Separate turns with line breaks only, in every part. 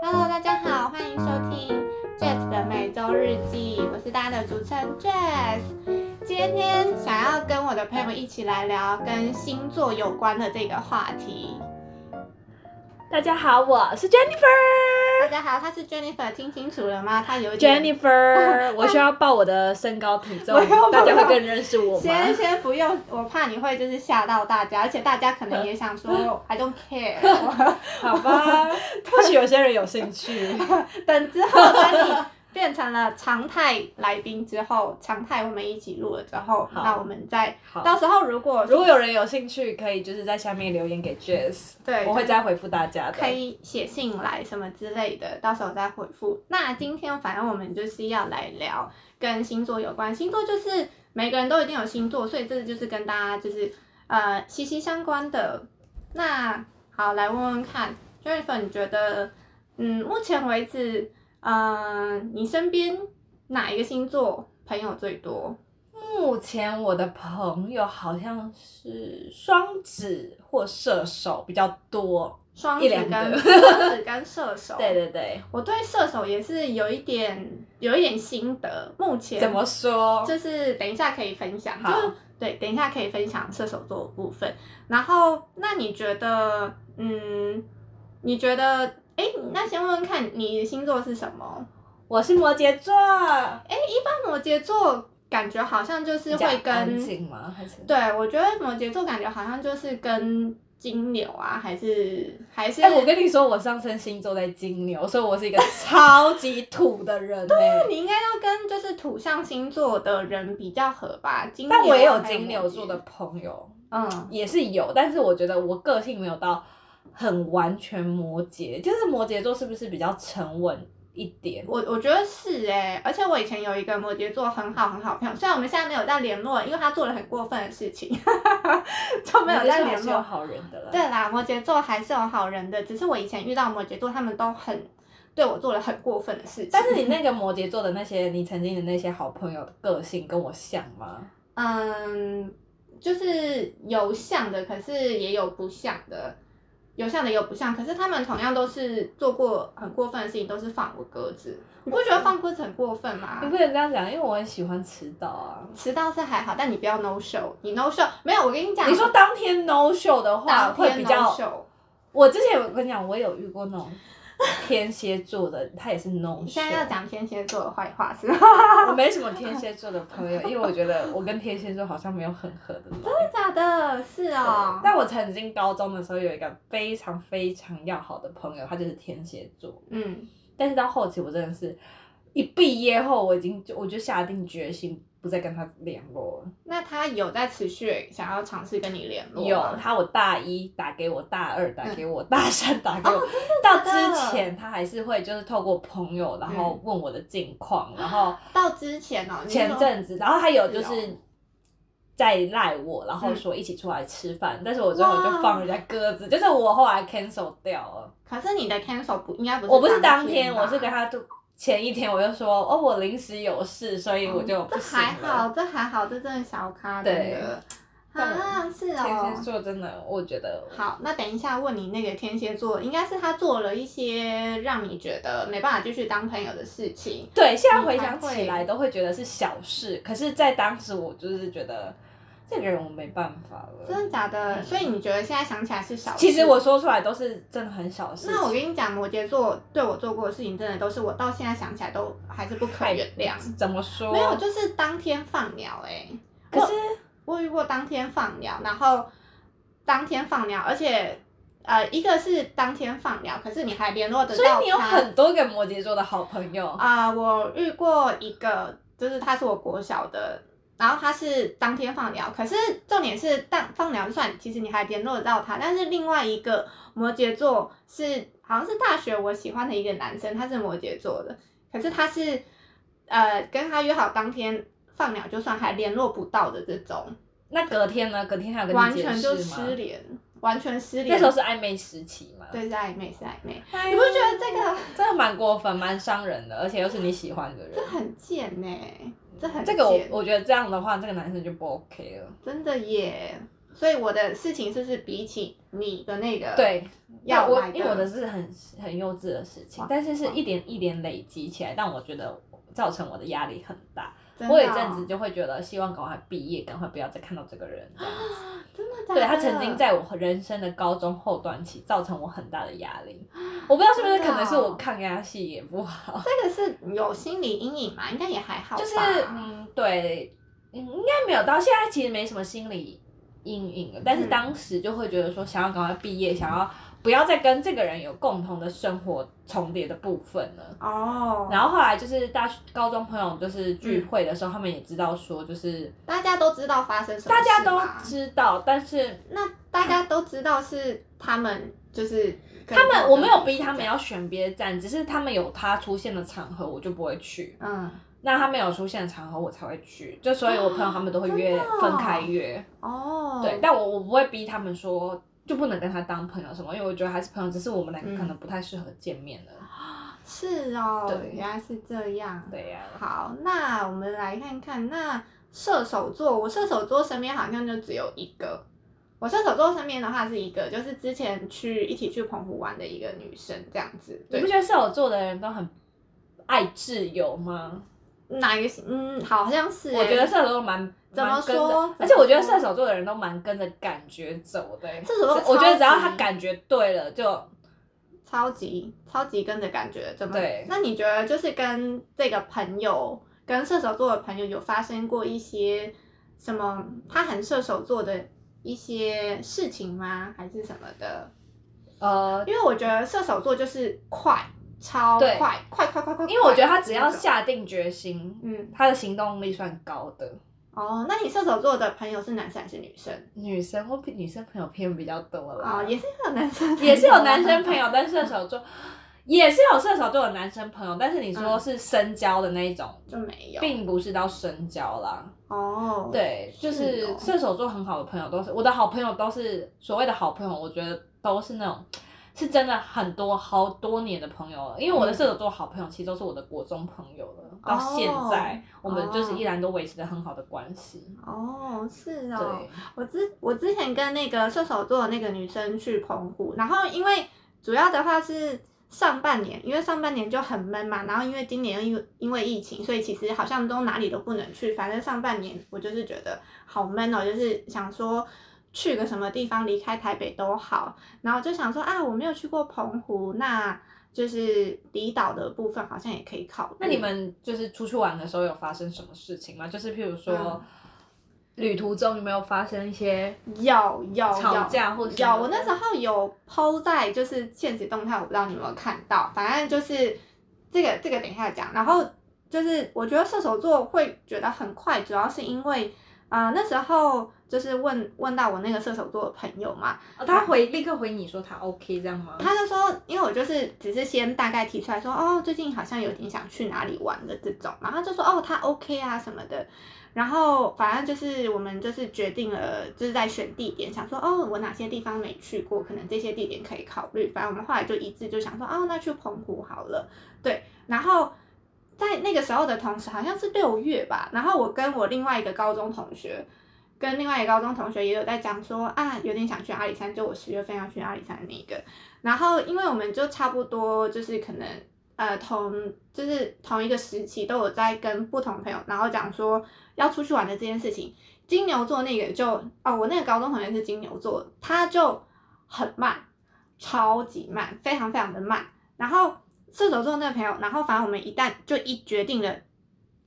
Hello，大家好，欢迎收听 Jazz 的每周日记，我是大家的主持人 Jazz。今天想要跟我的朋友一起来聊跟星座有关的这个话题。
大家好，我是 Jennifer。
大家好，她是 Jennifer，听清楚了吗？她有点
Jennifer，我需要报我的身高体重
我要，
大家会更认识我吗？
先先不用，我怕你会就是吓到大家，而且大家可能也想说 I don't care 我。
好吧，或许有些人有兴趣。
等之后等你变成了常态来宾之后，常态我们一起录了之后，
好
那我们再
好，
到时候如果
如果有人有兴趣，可以就是在下面留言给 Jess，
对
我会再回复大家的。
可以写信来什么之类的，到时候再回复。那今天反正我们就是要来聊跟星座有关，星座就是每个人都一定有星座，所以这就是跟大家就是呃息息相关的。那好，来问问看，Jennifer，你觉得嗯，目前为止，嗯、你身边哪一个星座朋友最多？
目前我的朋友好像是双子或射手比较多。
双子
一两
跟
个
双子跟射手，
对对对，
我对射手也是有一点有一点心得，目前
怎么说？
就是等一下可以分享，就
好
是对，等一下可以分享射手座的部分。然后，那你觉得，嗯，你觉得，哎，那先问问看你的星座是什么？
我是摩羯座，
那摩羯座感觉好像就是
比较
会
安
跟，
静吗？还是？
对我觉得摩羯座感觉好像就是跟金牛啊，还是还是，
哎、我跟你说，我上升星座在金牛，所以我是一个超级土的人、欸。
你应该要跟就是土象星座的人比较合吧，金牛啊，
但我也有
还
金牛
摩羯
座的，朋友，
嗯，
也是有，但是我觉得我个性没有到很完全摩羯，就是摩羯座是不是比较沉稳一点？
我我觉得是哎、而且我以前有一个摩羯座很好很好朋友，虽然我们现在没有在联络，因为他做了很过分的事情， 就没有在
摩
联
羯座还是有
络。
好人的啦。
对啦，摩羯座还是有好人的，只是我以前遇到摩羯座，他们都很对我做了很过分的事情。
但是你那个摩羯座的那些，你曾经的那些好朋友的个性跟我像吗？
嗯，就是有像的，可是也有不像的，有像的也有不像，可是他们同样都是做过很过分的事情，都是放我鸽子。你不觉得放鸽子很过分吗？
哦你不能这样讲，因为我很喜欢迟到啊。
迟到是还好，但你不要 no show，你 no show 没有。我跟你讲，
你说当天 no show 的话，
当
会
天
比
no
较
show，
我之前我跟你讲，我有遇过那种天蝎座的，他也是 no
你
show。
现在要讲天蝎座的坏话是吗？
我 没什么天蝎座的朋友，因为我觉得我跟天蝎座好像没有很合的来。
真的假的？是哦
对。但我曾经高中的时候有一个非常非常要好的朋友，他就是天蝎座。
嗯，
但是到后期我真的是，一毕业后我已经就我就下定决心不再跟他联络了。
那他有在持续想要尝试跟你联络
有
吗？
他，我大一打给我，大二打给我，大 三打给我。到
假哦的
之前他还是会就是透过朋友，然后问我的近况，然后
到之前嗯哦，你哦是
前
说
阵子，然后他有就是是在赖我，然后说一起出来吃饭，但是我最后就
嗯哇
放人家鸽子，就是我后来 cancel 掉了。
可是你的 cancel 不应该不是
我不是当
当
天，
吧
我是跟他就前一天我就说哦，我临时有事，所以我就
哦这
不行
还
了。
好，这还好，这真的小咖真的
但我
啊，是
天蝎
哦。
座真的，我觉得
好，那等一下问你那个天蝎座，应该是他做了一些让你觉得没办法继续当朋友的事情。
对，现在
你
回
还
想
会
起来都会觉得是小事，可是，在当时我就是觉得这个人我没办法
真
了。
的假的？所以你觉得现在想起来是小事？
其实我说出来都是真的很小的事情。
那我跟你讲，摩羯座对我做过的事情，真的都是我到现在想起来都还是不可原谅。
怎么说？
没有，就是当天放鸟哎、
可是
我遇过当天放鸟，然后当天放鸟，而且呃，一个是当天放鸟，可是你还联络得到
所以你有
他
很多个摩羯座的好朋友，
啊、我遇过一个，就是他是我国小的，然后他是当天放疗，可是重点是当放疗就算，其实你还联络得到他。但是另外一个摩羯座是好像是大学我喜欢的一个男生，他是摩羯座的，可是他是呃跟他约好当天放疗就算，还联络不到的这种，
那隔天呢？隔天还有跟
完
你解
全就
释吗
失？联。完全失联。
那时候是暧昧时期嘛，
对是暧昧是暧昧，
哎
你不觉得这个
真的蛮过分、蛮伤人的，而且又是你喜欢的人
这。很贱呢、这很
这个我
贱
我觉得这样的话，这个男生就不 OK 了。
真的耶。所以我的事情就是比起你的那个，
对，
要
我
来
因为我的是很很幼稚的事情
哇，
但是是一点一点累积起来，但我觉得造成我的压力很大。
真的
我
哦
有一阵子就会觉得，希望赶快毕业，赶快不要再看到这个人 这样子。
真的假的？
对他曾经在我人生的高中后段期造成我很大的压力，我不知道是不是
真的
可能是
哦
我抗压性也不好，
这个是有心理阴影嘛，应该也还好吧。
就是嗯对，嗯应该没有到现在其实没什么心理阴影了，但是
嗯
当时就会觉得说想要赶快毕业，想要不要再跟这个人有共同的生活重叠的部分了。
哦，
然后后来就是大学高中朋友就是聚
嗯
会的时候，他们也知道说就是
大家都知道发生什么
大
事吧，
家都知道，但是
那大家都知道是他们就是跟
他们我没有
这
逼
样
他们，要选别的站，只是他们有他出现的场合，我就不会去。
嗯，
那他没有出现的场合，我才会去。就所以，我朋友他们都会约、
真的哦
分开约。
哦，
对，但我我不会逼他们说就不能跟他当朋友什么，因为我觉得还是朋友，只是我们两
嗯
个可能不太适合见面了。
是哦，
对
原来是这样。
对呀、
好，那我们来看看，那射手座，我射手座身边好像就只有一个。我射手座身边的话是一个，就是之前去一起去澎湖玩的一个女生，这样子。
你
对
不，觉得射手座的人都很爱自由吗？
哪一个星？嗯，好像是欸、
我觉得射手座蛮
怎么
蛮跟
说
着
怎么
而且我觉得射
说
手座的人都蛮跟着感觉走的欸、
射手座
我觉得只要
超
他
级
感觉对了，就
超级超级跟着感觉，怎么？
对
那你觉得就是跟这个朋友，跟射手座的朋友有发生过一些什么？他很射手座的一些事情吗？还是什么的？
呃
因为我觉得射手座就是快，超
对
快，快快快快快。
因为我觉得他只要
那种，
下定决心，
嗯，
他的行动力算高的。
哦，那你射手座的朋友是男生还是女生？
女生我比女生朋友偏比较多啦，
哦，也是有男生，
啊也是有男生朋。友，但射手座也是有射手座的男生朋友，但是你说是深交的那一种，
就没嗯有
并不是到深交啦。
哦，，
对，就是是
哦
射手座很好的朋友都是我的好朋友，都是所谓的好朋友，我觉得都是那种。是真的很多好多年的朋友了，因为我的
嗯
射手座好朋友其实都是我的国中朋友了，到现在、我们就是依然都维持着很好的关系。
哦，是哦，
对，
我之我之前跟那个射手座的那个女生去澎湖，然后因为主要的话是上半年，因为上半年就很闷嘛，然后因为今年又因为因为疫情，所以其实好像都哪里都不能去，反正上半年我就是觉得好闷哦，就是想说。去个什么地方，离开台北都好。然后就想说啊，我没有去过澎湖，那就是离岛的部分好像也可以考虑。
那你们就是出去玩的时候有发生什么事情吗？就是譬如说，
嗯
旅途中有没有发生一些
有有
吵
有
架或者
有，
什么
我那时候有 PO 在就是现实动态，我不知道你有没有看到，反正就是这个这个等一下讲。然后就是我觉得射手座会觉得很快，主要是因为啊、呃那时候就是问问到我那个射手座的朋友嘛，
哦他回立刻回你说他 OK 这样吗？
他就说，因为我就是只是先大概提出来说，哦，最近好像有点想去哪里玩的这种，然后他就说，哦，他 OK 啊什么的，然后反正就是我们就是决定了，就是在选地点，想说，哦，我哪些地方没去过，可能这些地点可以考虑，反正我们后来就一致就想说，哦，那去澎湖好了，对，然后。在那个时候的同时，好像是六月吧，然后我跟我另外一个高中同学，跟另外一个高中同学也有在讲说啊，有点想去阿里山，就我十月份要去阿里山的那个。然后因为我们就差不多就是可能呃同就是同一个时期都有在跟不同朋友，然后讲说要出去玩的这件事情。金牛座那个就哦，我那个高中同学是金牛座，他就很慢，超级慢，非常非常的慢。然后射手座那个朋友，然后反正我们一旦就一决定了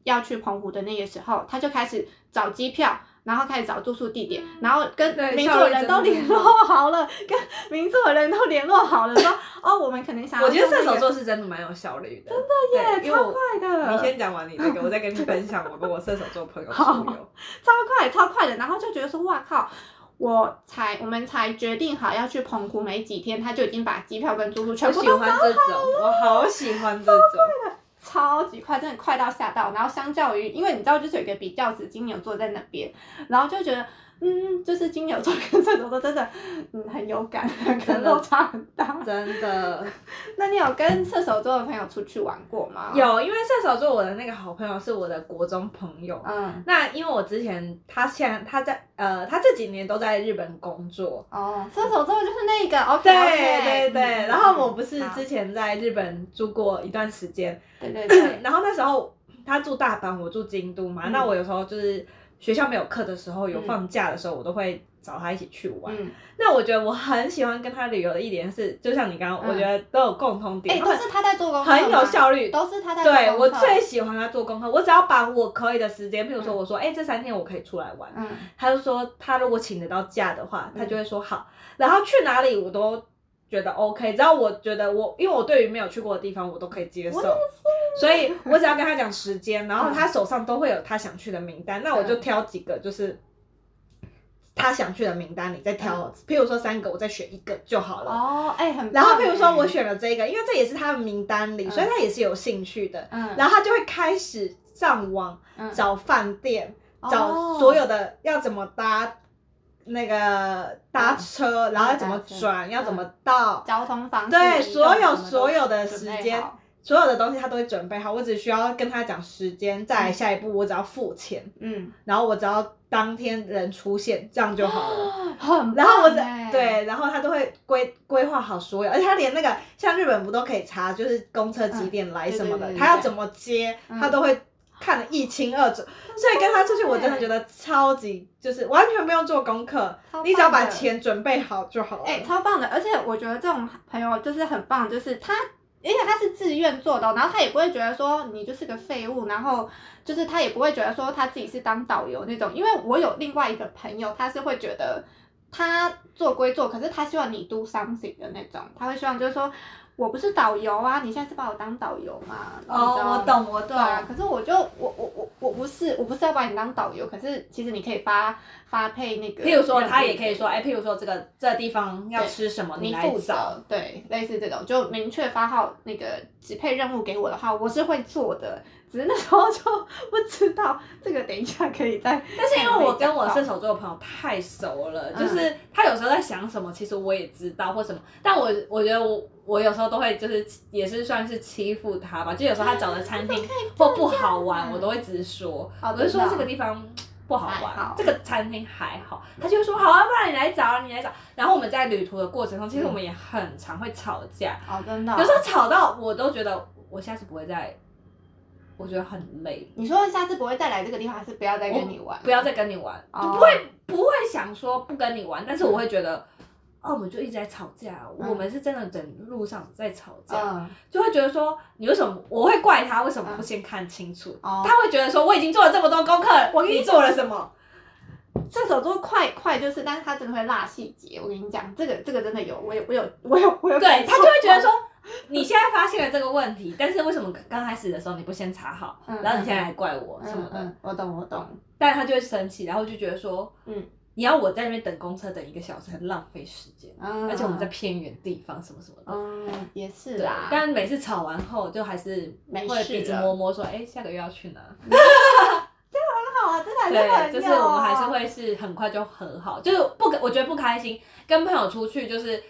要去澎湖的那个时候，他就开始找机票，然后开始找住宿地点，然后跟
嗯对
民
效
宿
率
人
真
都
的
联
很
络
好
好了，跟民宿的人都联络好了，说哦，我们可能想要
我觉得
做这
射手
个
座是真的蛮有效率的，真
耶
的因为
超
我
快的
你先讲完你这个，我再跟你分享我跟我射手座朋友出
好
游。
超快超快的，然后就觉得说哇靠，我才我们才决定好要去澎湖没几天，他就已经把机票跟住宿全
我
部
喜
都
欢这种，我好喜欢这种。
超级快，真的快到吓到。然后相较于，因为你知道就是有一个比较值金牛座在那边，然后就觉得嗯，就是金牛座跟射手座真的嗯很有感，可能落差很大。
真的
那你有跟射手座的朋友出去玩过吗？，
有，因为射手座我的那个好朋友是我的国中朋友，
嗯，
那因为我之前他现在他在呃他这几年都在日本工作，
哦，射手座就是那个哦 OK，
对对对，然后我不是
嗯好
之前在日本住过一段时间，
对对对，
然后那时候他住大阪，我住京都嘛，
嗯
那我有时候就是学校没有课的时候，有
嗯
放假的时候，我都会找他一起去 玩。
嗯，
那我觉得我很喜欢跟他旅游的一点是，就像你刚刚，
嗯
我觉得都有共同
哎、
点，
都是他在做功课，
很有，效率。
都是他在做
对
功
我
课
最喜欢他做功课，我只要把我可以的时间，譬如说
嗯
我说，哎、这三天我可以出来玩，
嗯
他就说他如果请得到假的话，
嗯
他就会说好。然后去哪里我都觉得 OK，只要我觉得我，因为我对于没有去过的地方我都可以接受
我也，嗯
所以我只要跟他讲时间，然后他手上都会有他想去的名单，那我就挑几个就是。他想去的名单，你再挑，譬如说三个，我再选一个就好了。
嗯哦，哎、很棒
然后譬如说
哎
我选了这个，因为这也是他的名单里，
嗯
所以他也是有兴趣的。
嗯，
然后他就会开始上网
嗯
找饭店，
哦
找所有的要怎么搭那个搭车，然后要怎么
哦嗯
转，要怎么到，
交通方式
对
移动
所有
什么都
所有的
准
时
备
间
好
所有的东西他都会准备好。我只需要跟他讲时间，再来下一步我只要付钱，
嗯，
然后我只要当天人出现，这样就好了。
很棒
然后我只
哎
对，然后他都会规规划好所有，而且他连那个像日本不都可以查，就是公车几点
嗯
来
对
什么的，
对对
他要
对
怎么接，
嗯
他都会看得一清二楚。所以跟他出去，我真的觉得超级就是完全不用做功课
超，
你只要
棒
把
的
钱准备好就好了。
哎、超棒的！而且我觉得这种朋友就是很棒，就是他，而且他是自愿做的哦，然后他也不会觉得说你就是个废物，然后就是他也不会觉得说他自己是当导游那种。因为我有另外一个朋友，他是会觉得他做归做，可是他希望你 do something 的那种，他会希望就是说我不是导游啊，你下次把我当导游嘛。你知道吗，
懂，哦我
对啊，可是我就我我我我不是我不是要把你当导游，可是其实你可以发发配那个任务给我，
譬如说，他也可以说，哎，譬如说这个这地方要
对
吃什么，
你
来
负
找。
责，对，类似这种，就明确发号那个指配任务给我的话，我是会做的。只是那时候就 不知道这个，等一下可以再。
但是因为
可以
我跟我
讲
射
到
手座的朋友太熟了，
嗯
就是他有时候在想什么，其实我也知道或什么，但我我觉得我我有时候都会就是也是算是欺负他吧，就有时候他找的餐
啊
厅或不好玩，我都会直说，
哦
我就
真
说
的哦
这个地方。不好
还
玩
好，
这个餐厅还好，他就会说好啊，不然你来找，你来找。然后我们在旅途的过程中，其实我们也很常会吵架，
哦，真嗯的哦、
有时候吵到我都觉得我下次不会再，我觉得很累，
你说下次不会再来这个地方，还是不要再跟你玩？
不要再跟你玩，
哦
就不会不会想说不跟你玩，但是我会觉得，哦，我们就一直在吵架，
嗯
我们是真的整路上在吵架，
嗯，
就会觉得说你为什么，我会怪他为什么
嗯
不先看清楚，
哦
他会觉得说我已经做了这么多功课，我给你做了 什么？
射手座快快就是，但是他真的会落细节。我跟你讲，这个这个真的有，我有我有我有我有感
对
受。
他就会觉得说。你现在发现了这个问题，但是为什么刚开始的时候你不先查好，
嗯
然后你现在来怪我什么
嗯
的？
嗯，我懂我懂。
但他就会生气，然后就觉得说，
嗯
你要我在那边等公车等一个小时，很浪费时间。
嗯，
而且我们在偏远地方什么什么的。
嗯也是
对
啦，，
但每次吵完后，就还是
没事
会鼻子
了
摸摸说，哎、下个月要去哪？
好啊，真的还是
对，
朋
就是
友
我们还是
啊
会是很快就和好，就是不可，我觉得不开心，跟朋友出去就是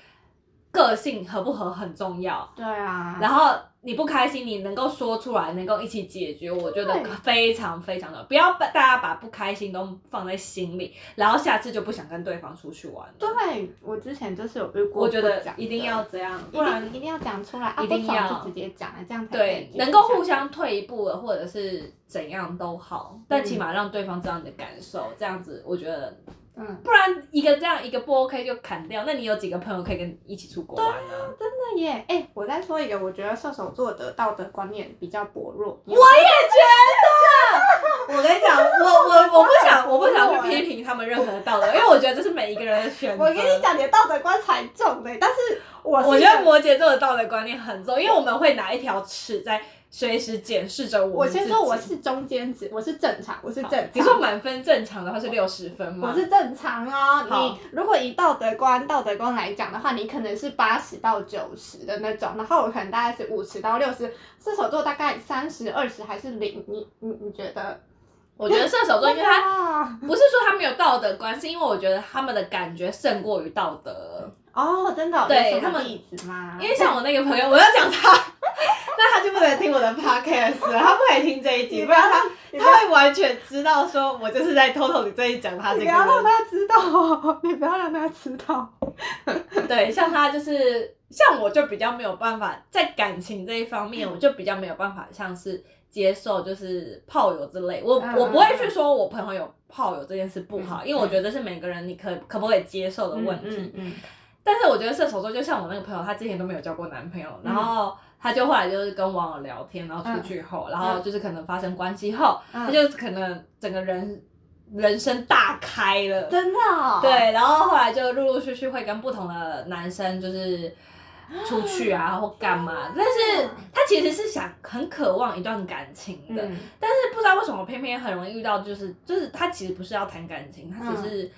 个性合不合很重要，
对啊，
然后你不开心，你能够说出来，能够一起解决，我觉得
对
非常非常的，不要把大家把不开心都放在心里，然后下次就不想跟对方出去玩了。
对，我之前就是有遇过，
我觉得
不讲的
一定要这样，
一
不然
定一定要讲出来，啊、
一定
不爽
要
就直接讲，这样才可以
对
解，决
能够互相退一步了，或者是怎样都好，但
嗯
起码让对方知道你的感受，这样子我觉得，
嗯，
不然一个这样一个不 OK 就砍掉，那你有几个朋友可以跟你一起出国玩啊呢、
真的耶！哎、我再说一个，我觉得射手座的道德观念比较薄弱。我
我跟你讲，我我我不想我不想去
对
批评他们任何道德，因为我觉得这是每一个人的选择。
我跟你。讲，你的道德观才重的，但是我是
我
一
觉
个
得摩羯座的道德观念很重，因为我们会拿一条尺在随时检视着我
我
们自己。
先说我是中间值，我是正常，我是正常。
你说满分正常的话是六十分吗？
我是正常
好
哦，你如果以道德观道德观来讲的话，你可能是八十到九十的那种，然后我可能大概是五十到六十，射手座大概三十、二十还是零，你你你觉得
我觉得射手座，因为他
他
不是说他没有道德观，是因为我觉得他们的感觉胜过于道德。
哦，真的哦、
对
有什
他
么
们
例子吗？
因为像我那个朋友，我要讲他，
那他就不能听我的 podcast 了，他不可以听这一集，不然他他会完全知道说我就是在偷偷你这一讲他这
你
个
不要让
人。
他知道哦， 你不要让他知道。
对，像他就是像我就比较没有办法在感情这一方
嗯
面，我就比较没有办法像是接受就是炮友之类，我、
嗯
我不会去说我朋友有炮友这件事不好，因为我觉得是每个人你可可不可以接受的问题。
嗯嗯
但是我觉得射手座就像我那个朋友，她之前都没有交过男朋友，
嗯
然后她就后来就是跟网友聊天，然后出去后，然后就是可能发生关系后，
嗯
她就可能整个人人生大开了，
真的、哦。
对，然后后来就陆陆续续会跟不同的男生就是出去啊，或干嘛，但是她其实是想很渴望一段感情的，
嗯嗯，
但是不知道为什么偏偏很容易遇到，就是就是他其实不是要谈感情，他
嗯
只是、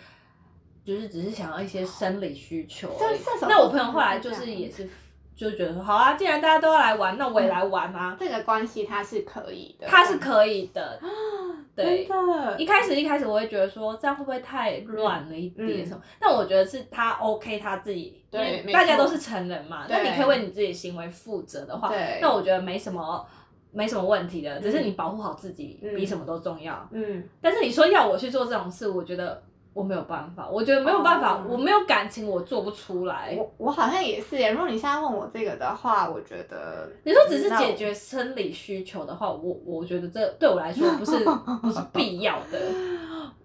就是只是想要一些生理需求而已
射射手座
那我朋友后来就是也是就觉得说，好啊，既然大家都要来玩，那我也来玩啊，
这个关系他是可以的，
他是可以的。对
嗯 真的
一开始一开始我会觉得说这样会不会太乱了一点什么？
嗯
但我觉得是他 OK 他自己，因
对
为
没
大家
错
都是成人嘛，那
对
你可以为你自己的行为负责的话，
对。
那我觉得没什么没什么问题的，只是你保护好自己、
嗯
比什么都重要。
嗯，
但是你说要我去做这种事，我觉得我没有办法，我觉得没有办法，
哦
我没有感情，我做不出来。
我我好像也是耶。如果你现在问我这个的话，我觉得嗯
你说只是解决生理需求的话，我我觉得这对我来说 不是不是必要的。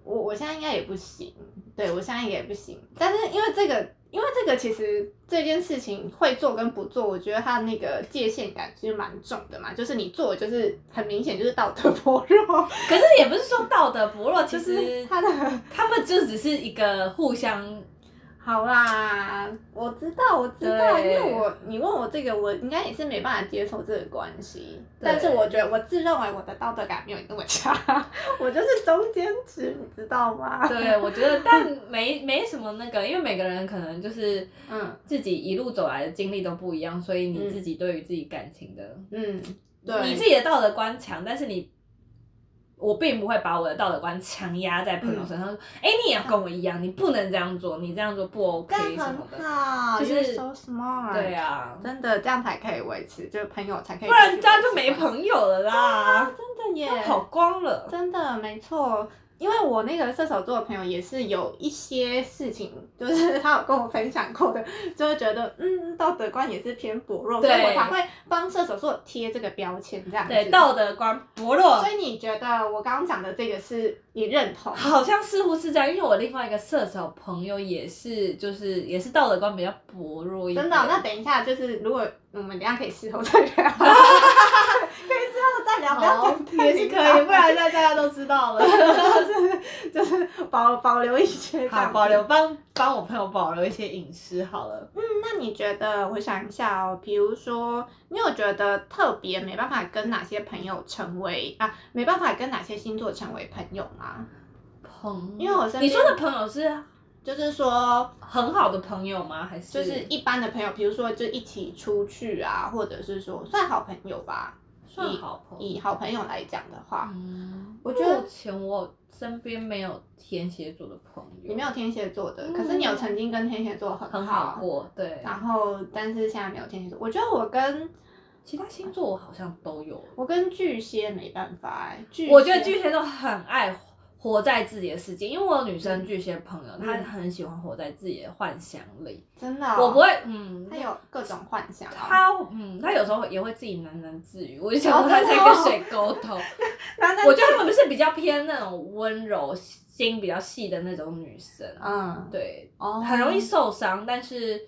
我我现在应该也不行，对我现在也不行。但是因为这个，因为这个其实这件事情会做跟不做，我觉得它的那个界限感其实蛮重的嘛。就是你做，就是很明显就是道德 薄弱，
可是也不是说道德薄弱，
就
其
是
实
他的
他们就只是一个互相
好啦，我知道，我知道，因
对
为我你问我这个，我应该也是没办法接受这个关系。
对
但是我觉得我自认为我的道德感没有你那么差， 我就是中间值，你知道 吗？
对，我觉得，但没没什么那个，因为每个人可能就是，
嗯，
自己一路走来的经历都不一样，所以
嗯
你自己对于自己感情的，
嗯，对，
你自己的道德观强，但是你，我并不会把我的道德观强压在朋友身上，说，哎、你也要跟我一样，你不能这样做，你这样做不 OK
这样
什么
很
的，
好，
就
you're
是
so smart。
对啊，
真的这样才可以维持，就是朋友才可以
不
继续维持。
然这样就没朋友了啦，
真的耶，
跑光了。
真的没错，因为我那个射手座的朋友也是有一些事情，就是 他有跟我分享过的，就会觉得嗯，道德观也是偏薄弱，所
对
以我才会帮射手座贴这个标签这样子。
对，道德观薄弱
所，以你觉得我刚刚讲的这个是你认同？
好像似乎是这样，因为我另外一个射手朋友也是，就是也是道德观比较薄弱一点。
真的哦、那等一下就是如果我们等一下可以事后再聊，可 以事后再聊，不要讲太
也是可以，不然大家都知道了。
就是就是保保留一些这样
好，
子
保留帮帮我朋友保留一些隐私好了。
那你觉得，我想一下哦，比如说，你有觉得特别没办法跟哪些朋友成为啊，没办法跟哪些星座成为朋友吗？
朋友，
因为我身
你
边
说的朋友是
就是说，
很好的朋友吗？还是
就是一般的朋友，比如说就一起出去啊，或者是说算好朋友吧。
算好朋友？
以好朋友来讲的话，
哦嗯，
我觉得
目前我身边没有天蝎座的朋友，
你没有天蝎座的，
嗯
可是你有曾经跟天蝎座很
很好过，对。
然后但是现在没有天蝎座。我觉得我跟
其他星座我好像都有，
我跟巨蟹没办法哎、巨
我觉得
蟹
巨蟹座很爱。活在自己的世界，因为我有女
嗯
生巨蟹朋友，她很喜欢活在自己的幻想里。
真的哦、
我不会，嗯，
他有各种幻想、啊。
他嗯，他有时候也会自己喃喃自语，我就
哦
想说他
真的
在
哦
跟谁沟 通。
他那
我觉得他们是比较偏那种温柔、心比较细的那种女生，啊
嗯，
对，
哦
很容易受伤，但是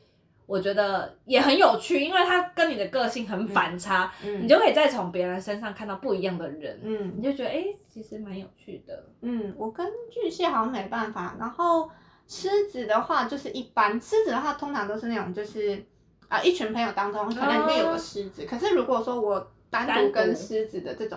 我觉得也很有趣，因为他跟你的个性很反差，
嗯
你就可以再从别人身上看到不一样的人，你
嗯
就觉得哎、诶其实蛮有趣的。
嗯，我跟巨蟹好像没办法。然后狮子的话就是一般，狮子的话通常都是那种就是啊、一群朋友当中可能你有个狮子，可是如果说我单独
哦单独
跟狮子的这种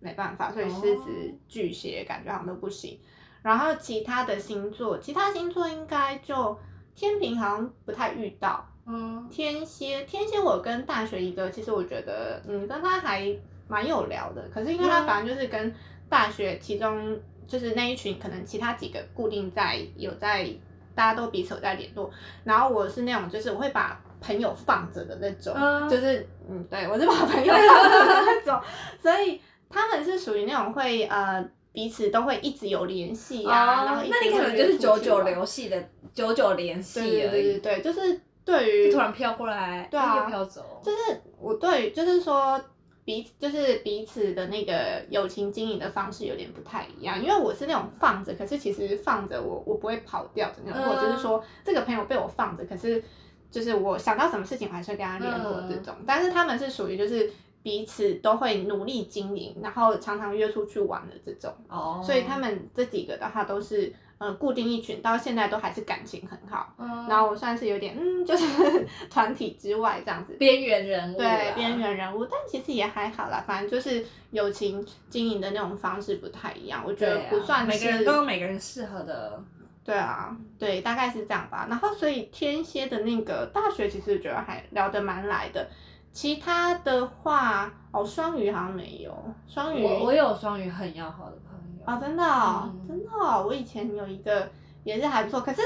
没办法，所以狮子、
哦
巨蟹感觉好像都不行。然后其他的星座，其他星座应该就天平好像不太遇到，
嗯，
天蝎，天蝎我跟大学一个，其实我觉得，嗯，跟他还蛮有聊的。可是因为他
嗯
反正就是跟大学其中就是那一群，可能其他几个固定在有在，大家都彼此有在联络。然后我是那种，就是我会把朋友放着的那种，
嗯
就是嗯，对我是把朋友放着的那 种，所以他们是属于那种会呃彼此都会一直有联系啊，然后
哦，
一
那
直
你可能
会
就是
出去
久久
玩
联系的，久久联系
对对
而
对对
已，
对，就是对于
就突然飘过来，
对啊
又飘走，
就是我对，就是说彼就是彼此的那个友情经营的方式有点不太一样，因为我是那种放着，可是其实放着我我不会跑掉的那种，
嗯
或者是说这个朋友被我放着，可是就是我想到什么事情我还是会跟他联络
嗯
这种，但是他们是属于就是。彼此都会努力经营，然后常常约出去玩的这种，
哦
所以他们这几个的话都是呃固定一群，到现在都还是感情很好。
嗯，
然后我算是有点嗯，就是 团体之外这样子，
边缘人物啊啦，
对边缘人物，但其实也还好啦，反正就是友情经营的那种方式不太一样，我觉
对啊，
得不算是
每个人都有每个人适合的，
对啊，对，大概是这样吧。然后所以天蝎的那个大学，其实觉得还聊得蛮来的。其他的话，哦，双鱼好像没有，双鱼
我我有双鱼很要好的朋友
哦，真的、哦
嗯
真的、哦，我以前有一个也是还不错，可是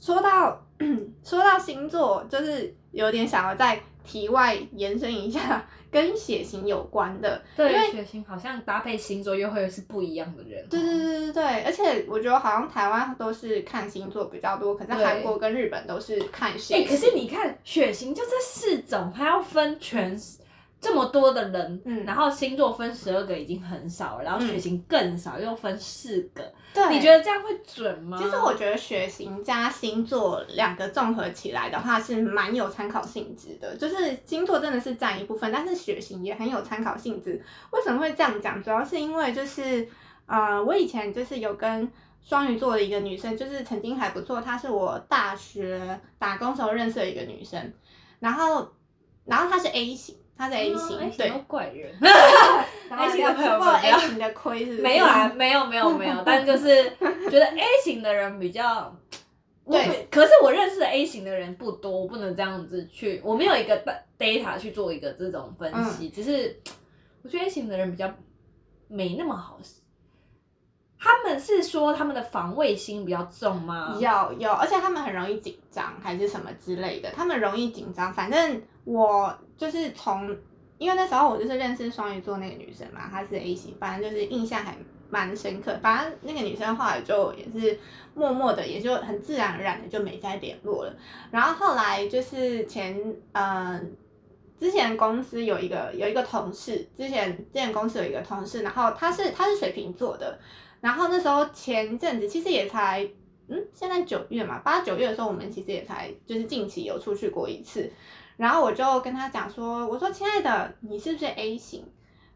说到 说到星座，就是有点想要再题外延伸一下，跟血型有关的。因为
对，血型好像搭配星座又会是不一样的人，
对对对对对，而且我觉得好像台湾都是看星座比较多，可是
对
韩国跟日本都是看血
哎、
型。
可是你看血型就这四种，还要分全这么多的人，
嗯
然后星座分十二个已经很少了，然后血型更少，又分四个，
对，
你觉得这样会准吗？
其实我觉得血型加星座两个综合起来的话是蛮有参考性质的，就是星座真的是占一部分，但是血型也很有参考性质。为什么会这样讲？主要是因为就是呃，我以前就是有跟双鱼座的一个女生，就是曾经还不错，她是我大学打工时候认识的一个女生，然后然后她是 A 型，她是 A 型，
哎
对
什么，怪人。
然后
A 型的
有
朋
吃
友
过
们不要
A 型的亏是不是？
没有啊，没有没有没有，但就是觉得 A 型的人比较。 我
对
可是我认识的 A 型的人不多，我不能这样子去，我没有一个 da- data 去做一个这种分析，只是我觉得 A 型的人比较没那么好。他们是说他们的防卫心比较重吗？
有有，而且他们很容易紧张，还是什么之类的，他们容易紧张。反正我就是从，因为那时候我就是认识双鱼座那个女生嘛，她是 A 型，反正就是印象还蛮深刻。反正那个女生后来就也是默默的，也就很自然而然的就没再联络了。然后后来就是前呃，之前公司有一个有一个同事，之前之前公司有一个同事，然后他是他是水瓶座的，然后那时候前阵子其实也才嗯，现在九月嘛，八九月的时候我们其实也才就是近期有出去过一次，然后我就跟他讲说，我说亲爱的，你是不是 A 型？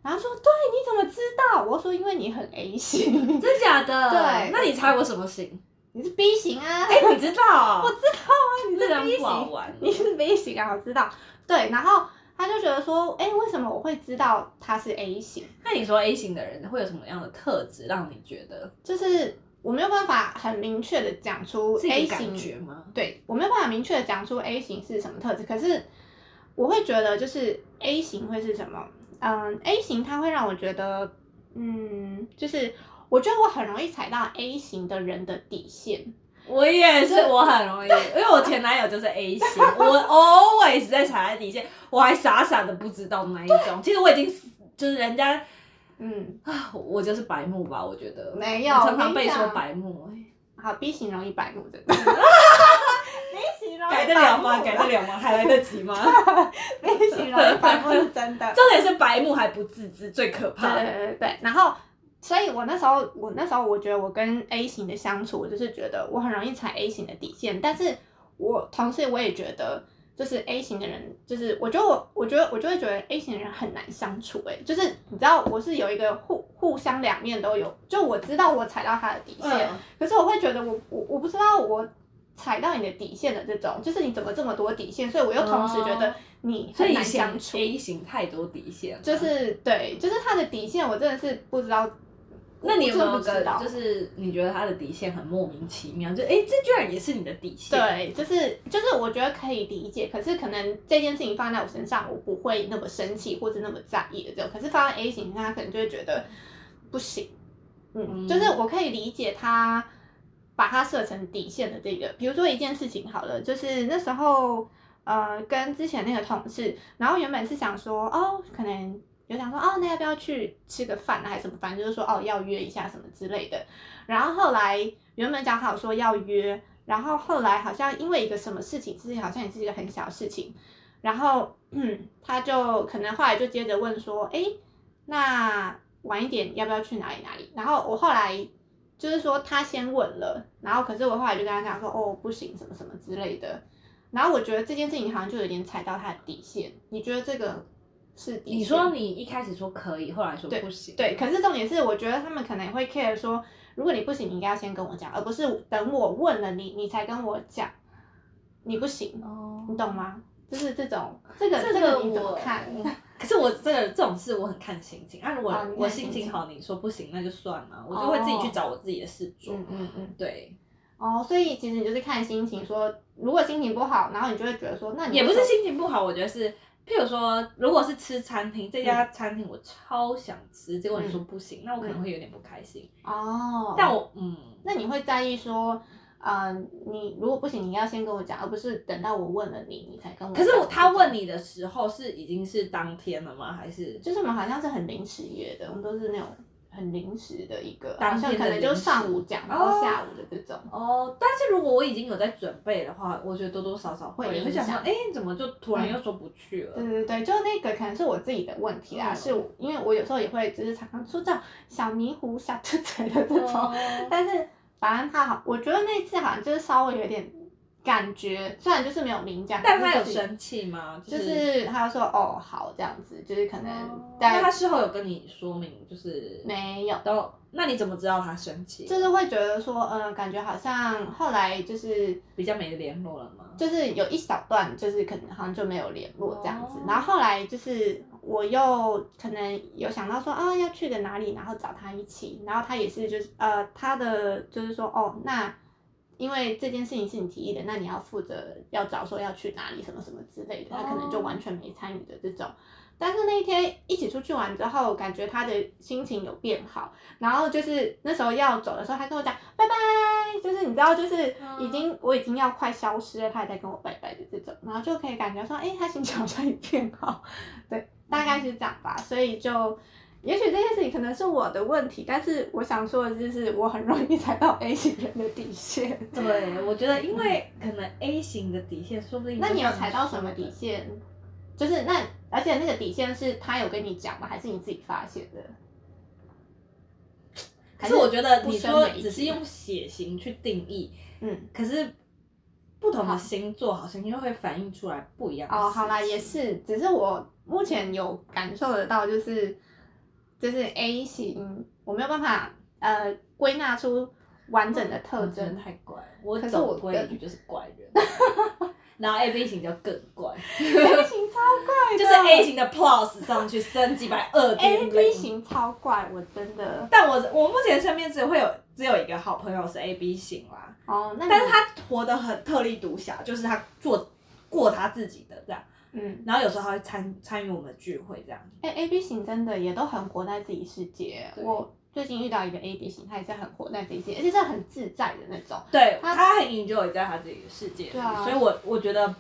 然后他说对，你怎么知道？我说因为你很 A 型，
真假的？
对
那你猜我什么型？
你是 B 型啊。
哎、你知道？
我知道啊，你
这
是
样
B
不好
型，
玩。
你是 B 型啊，我知道。对，然后他就觉得说，哎，为什么我会知道他是 A 型？
那你说 A 型的人会有什么样的特质让你觉得
就是我没有办法很明确的讲出
是一
A
个感觉
型，
吗？
对我没有办法明确的讲出 A 型是什么特质，可是我会觉得就是 A 型会是什么？嗯，A 型它会让我觉得，嗯，就是我觉得我很容易踩到 A 型的人的底线。
我也是，
对
我很容易，因为我前男友就是 A 型，我 always 在踩在底线，我还傻傻的不知道那一种。其实我已经死就是人家
嗯，
啊，我就是白目吧，我觉得
没有
我常
我
常
跟
被
你讲
说白目，哎
好，B 型容易白目真的。B 型容易
改得了
白
吗？
目
改得了吗？还来得及吗？
被形容反目是真的。
重点是白目还不自知，最可
对
怕。
对对对，然后。所以我那时候，我那时候我觉得我跟 A 型的相处，我就是觉得我很容易踩 A 型的底线，但是我同时我也觉得，就是 A 型的人，就是我觉得我，我觉得我就会觉得 A 型的人很难相处、欸，就是你知道我是有一个互互相两面都有，就我知道我踩到他的底线，
嗯
可是我会觉得我我我不知道我踩到你的底线的这种，就是你怎么这么多底线，所以我又同时觉得
哦
你
所
很
以
难
以前
相处。
A 型太多底线了，
就是对，就是他的底线，我真的是不知道。
那你有没
我
有
真的不
个
知道
就是你觉得他的底线很莫名其妙？就哎、诶这居然也是你的底线？
对，就是就是，我觉得可以理解，可是可能这件事情放在我身上，我不会那么生气或者那么在意的这种。可是放在 A 型身上，他可能就会觉得不行。嗯，
嗯
就是我可以理解他把它设成底线的这个，比如说一件事情好了，就是那时候呃跟之前那个同事，然后原本是想说哦，可能有想说哦，那要不要去吃个饭啊，还是什么，反正就是说哦要约一下什么之类的。然后后来原本讲好说要约，然后后来好像因为一个什么事情，其实好像也是一个很小的事情，然后嗯，他就可能后来就接着问说，哎，那晚一点要不要去哪里哪里？然后我后来就是说他先问了，然后可是我后来就跟他讲说，哦，不行，什么什么之类的。然后我觉得这件事情好像就有点踩到他的底线，你觉得这个是底线？
你说你一开始说可以，后来说不行，
对，可是重点是，我觉得他们可能会 care 说，如果你不行，你应该要先跟我讲，而不是等我问了你，你才跟我讲，你不行，
哦
你懂吗？就是这种，这个
这
个
个
你怎么
我
看？
可是我这个这种事我很看心情啊，如果
哦你看
我
心
心情
情哦
好，你说不行那就算了，我就会自己去找我自己的事做。
嗯嗯嗯。
对，
哦，所以其实你就是看心情说，如果心情不好，然后你就会觉得说，那你
也
为
不是
什么
心情不好，我觉得是，譬如说，如果是吃餐厅，这
嗯
家餐厅我超想吃，结果你说不行，那我可能会有点不开心。
哦，
但我嗯，
那你会在意说，呃，你如果不行，你要先跟我讲，而不是等到我问了你，你才跟我
可
讲。
是我他问
你，
你的时候是已经是当天了吗？还是
就是我们好像是很临时约的，我们都是那种很临时的一个，好
当
像
天
可
的
能就
临时
上午讲，然后下午的这种。
哦，但是如果我已经有在准备的话，我觉得多多少少会
会影
会想说，
响
哎，怎么就突然又说不去了？哦
对对对，就那个可能是我自己的问题啦，
嗯
是我因为我有时候也会就是常常出这种小迷糊、小兔嘴的这种。
哦
但是反正他好，我觉得那次好像就是稍微有点感觉，虽然就是没有明讲，
但
可是
他有
就是
生气吗？
就
就是
是他说哦好这样子，就是可能
但
在、
哦他事后有跟你说明，就是
没有，
都，那你怎么知道他生气？
就是会觉得说嗯、呃感觉好像后来就是
比较没联络了吗？
就是有一小段就是可能好像就没有联络这样子，
哦
然后后来就是我又可能有想到说啊要去个哪里，然后找他一起，然后他也是就是呃他的就是说哦那。因为这件事情是你提议的，那你要负责要找说要去哪里什么什么之类的，他可能就
哦
完全没参与的这种。但是那一天一起出去玩之后，感觉他的心情有变好，然后就是那时候要走的时候，他跟我讲拜拜，就是你知道，就是
嗯
已经、我已经要快消失了，他还在跟我拜拜的这种，然后就可以感觉说，哎，他心情好像也变好， 对，大概是这样
嗯
吧，所以就。也许这件事情可能是我的问题，但是我想说的就是，我很容易踩到 A 型人的底线。
对，我觉得因为可能 A 型的底线，说不定
啊那你有
就
踩到什么底线？就是那，而且那个底线是他有跟你讲吗？还是你自己发现的？
可是我觉得
不
你
深
说
为
只是
一啊
用血型去定义，
嗯，
可是不同
好
的星座好像又会反映出来不一样的
哦，好啦，
事情
也是，只是我目前有感受得到，就是就是 A 型，我没有办法呃归纳出完整的特
我哦真
征
的。太怪了。嗯我
可是我
总归
跟
一句就是怪人， 然后 A B 型就更怪，
A 型超怪的，
就是 A 型的 Plus 上去升几百
A
二点
B。型超怪，我真的
但我我目前身边只会有只有一个好朋友是 A B 型啦，
哦，那你
但是他活得很特立独行，就是他做过他自己的这样，
嗯，
然后有时候他会参参与我们的聚会这样。
哎 A B 型真的也都很活在自己世界。
对
我最近遇到一个 A B 型，他也是很活在自己世界，而且是很自在的那种。
对
他
他很 enjoy 在他自己的世界里，
对啊
所以我我觉得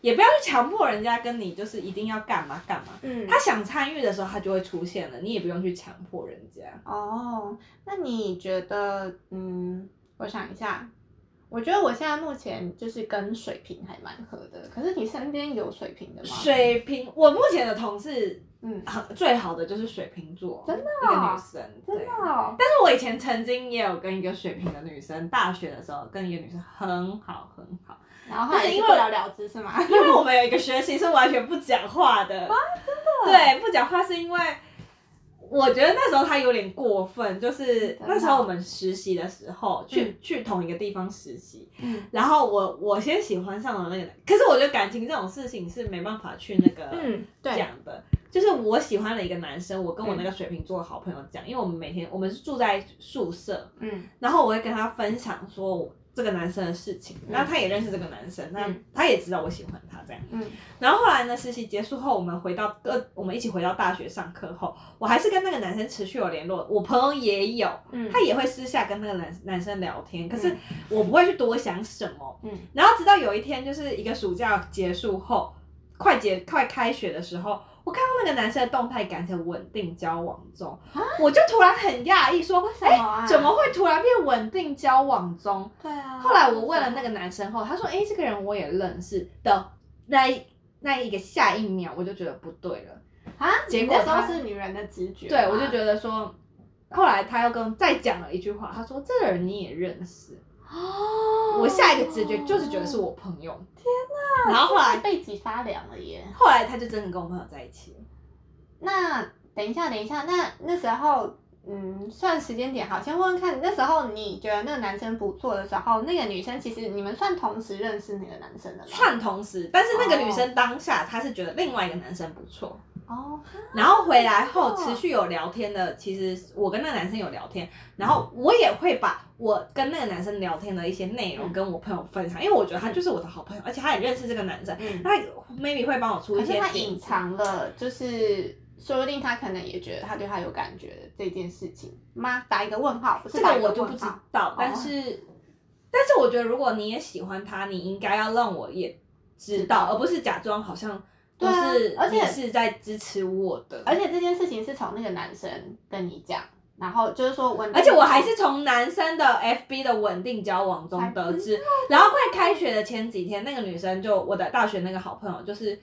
也不要去强迫人家跟你就是一定要干嘛干嘛，
嗯
他想参与的时候他就会出现了，你也不用去强迫人家。
哦，那你觉得，嗯，我想一下，我觉得我现在目前就是跟水瓶还蛮合的，可是你身边有水瓶的吗？，
水瓶，我目前的同事
嗯，
很最好的就是水瓶座，
真的
一个
哦
女生，
真
对
的哦，
但是我以前曾经也有跟一个水瓶的女生，大学的时候跟一个女生很好很好，
然后还
但是
是
因
不
为
了了之是吗？
因为我们有一个学习是完全不讲话的啊，真的对，不讲话是因为我觉得那时候他有点过分，就是
真的
那时候我们实习的时候去、去同一个地方实习，
嗯
然后我我先喜欢上了那个，可是我觉得感情这种事情是没办法去那个
嗯， 对，嗯
讲的。就是我喜欢了一个男生，我跟我那个水瓶座的好朋友讲，因为我们每天我们是住在宿舍，
嗯
然后我会跟他分享说，这个男生的事情，
嗯
那他也认识这个男生，那
嗯
他也知道我喜欢他这样。
嗯
然后后来呢，实习结束后，我们回到各，我们一起回到大学上课后，我还是跟那个男生持续有联络，我朋友也有，
嗯
他也会私下跟那个男男生聊天，可是
嗯
我不会去多想什么。
嗯
然后直到有一天，就是一个暑假结束后，快结快开学的时候，我看到那个男生的动态，感情稳定交往中，我就突然很讶异，说：“
啊什
哎、
么啊
怎么会突然变稳定交往中？”
对啊。
后来我问了
个，
那个男生后，他说：“哎、这个人我也认识。”的那一那一个下一秒，我就觉得不对了。
啊，
结
结
果
果
他
都是女人的直觉嘛，
对，我就觉得说，后来他又跟再讲了一句话，他说：“这个人你也认识。”
哦，
我下一个直觉就是觉得是我朋友。天哪！然后后
是
来，
背脊啊发凉了耶。
后来他就真的跟我朋友在一起了。
那等一下，等一下，那那时候，嗯，算时间点好，先问问看，那时候你觉得那个男生不错的时候，那个女生其实你们算同时认识那个男生的吗？
算同时，但是那个
哦
女生当下她是觉得另外一个男生不错，
哦，哈
然后回来后
哦
持续有聊天的。其实我跟那个男生有聊天，然后我也会把我跟那个男生聊天的一些内容
嗯
跟我朋友分享，因为我觉得他就是我的好朋友，而且他也认识这个男生，
嗯，
他 maybe 会帮我出
可
一些
是他
点
隐
子
藏了，就是说不定他可能也觉得他对他有感觉这件事情吗？打一个问号，不是
这
打
个
一个
我就不
问
知
号。哦
道，但是，但是我觉得如果你也喜欢他，你应该要让我也知
知道
道，而不是假装好像都
对啊
是，
而且
你是在支持我的，
而且这件事情是从那个男生跟你讲，然后就是说稳定，
而且我还是从男生的 FB 的稳定交往中得知，然后快开学的前几天，那个女生就我的大学那个好朋友就是，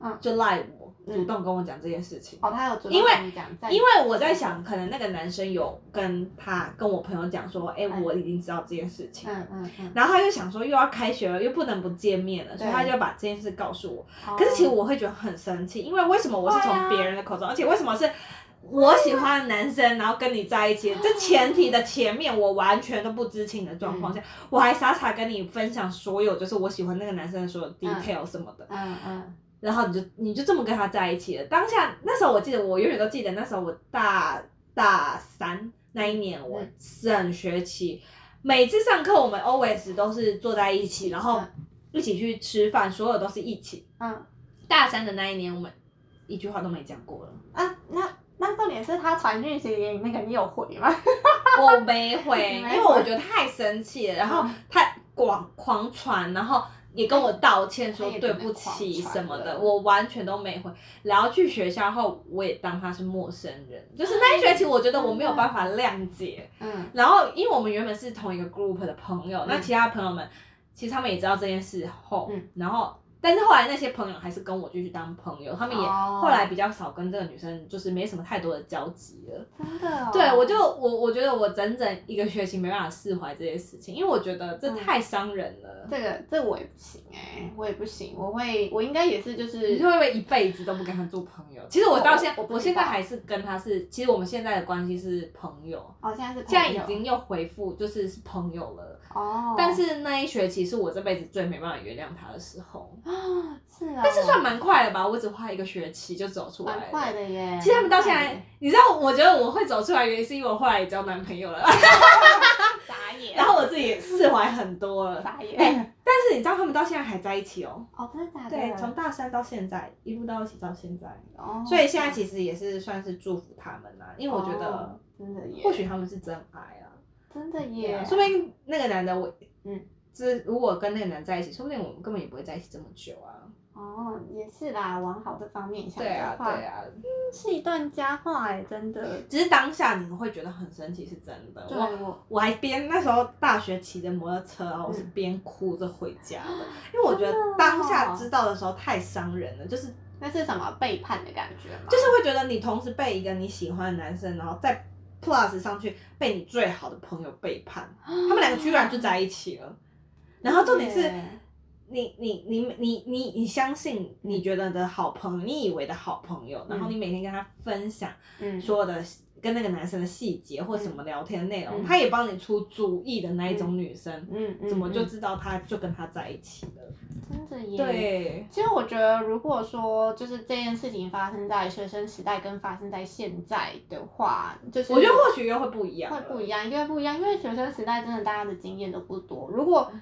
嗯
就赖我，
嗯
主动跟我讲这件事情。
哦，他有主动
因为
跟你讲，在
因为我在想，可能那个男生有跟他跟我朋友讲说，哎、
嗯
我已经知道这件事情，
嗯嗯嗯，
然后他就想说又要开学了，又不能不见面了，所以
对
他就把这件事告诉我。
哦
可是其实我会觉得很生气，因为为什么我是
会啊
从别人的口中，而且为什么是我喜欢的男生，然后跟你在一起，
啊
这前提的前面我完全都不知情的状
嗯
况下，我还傻傻跟你分享所有就是我喜欢那个男生的所有 detail 什么的，
嗯嗯
然后你就你就这么跟他在一起了。当下那时候我记得，我永远都记得那时候我大大三那一年，我
嗯
整学期、每次上课我们 always 都是坐在一起，然后一起去吃饭，所有都是一起。
嗯。
大三的那一年，我们一句话都没讲过了，
啊，那那重点是他传讯息给你那个，你有回吗？
我没回，
你
因
没回嗯
为我觉得太生气了，然后太广狂传，然后。也跟我道歉说
他也
对
真的
不起
狂
什
传
么的，
了
我完全都没回。然后去学校后，我也当他是陌生 人，就是那一学期，我觉得我没有办法谅解。
嗯
然后，因为我们原本是同一个 group 的朋友，那
嗯
其他朋友们其实他们也知道这件事后，
嗯
然后但是后来那些朋友还是跟我继续当朋友，他们也
哦
后来比较少跟这个女生，就是没什么太多的交集了。
真的、哦。
对我就我我觉得我整整一个学期没办法释怀这些事情，因为我觉得这
嗯
太伤人了，
这个这我也不行哎、我也不行，我会我应该也是就是
你会不会一辈子都不跟他做朋友？其实我到现
我
我
我不知道
现在还是跟他是，其实我们现在的关系是朋友，
哦，现在是朋
现在
友
已经又回复就是是朋友了。
哦，
但是那一学期是我这辈子最没办法原谅他的时候，
啊 是啊、
但是算蛮快了吧？我只花一个学期就走出来了，
蛮快的耶。
其实他们到现
蛮
在，你知道，我觉得我会走出来，原因是因为我后来也交男朋友了，
快的傻眼，
然后我自己也释怀很多了。
傻眼、
哎但是你知道他们到现在还在一起哦？
哦，真的假的？
对，从大三到现在，一路到一起到现在，
哦，
所以现在其实也是算是祝福他们啦，因为我觉
哦
得
真的耶，
或许他们是真爱啊，
真的
对
耶
啊，说不定那个男的我，
嗯，
这如果跟那个男在一起，说不定我们根本也不会在一起这么久啊。
哦也是啦，往好的方面想
对啊
的，话，
对啊，
是一段佳话哎、真的。
只是当下你会觉得很生气，是真的。
对
我
我
我还边那时候大学骑着摩托车啊，我是
嗯
边哭着回家的，因为我觉得
哦
当下知道的时候太伤人了，就是
那是什么背叛的感觉吗？
就是会觉得你同时被一个你喜欢的男生，然后再 plus 上去被你最好的朋友背叛，
啊
他们两个居然就在一起了。然后重点是
对
你你你你你你相信你觉得的好朋友，你以为的好朋友，然后你每天跟他分享
嗯
所有的跟那个男生的细节或什么聊天的内容，
嗯
他也帮你出主意的那一种女生，
嗯，嗯
怎么就
嗯
知道他就跟他在一起了？
真真的耶。。
对，
其实我觉得，如果说就是这件事情发生在学生时代跟发生在现在的话，就是
我觉得或许又会不一样
会
了，
不一样，一定会不一样，因为学生时代真的大家的经验都不多。如果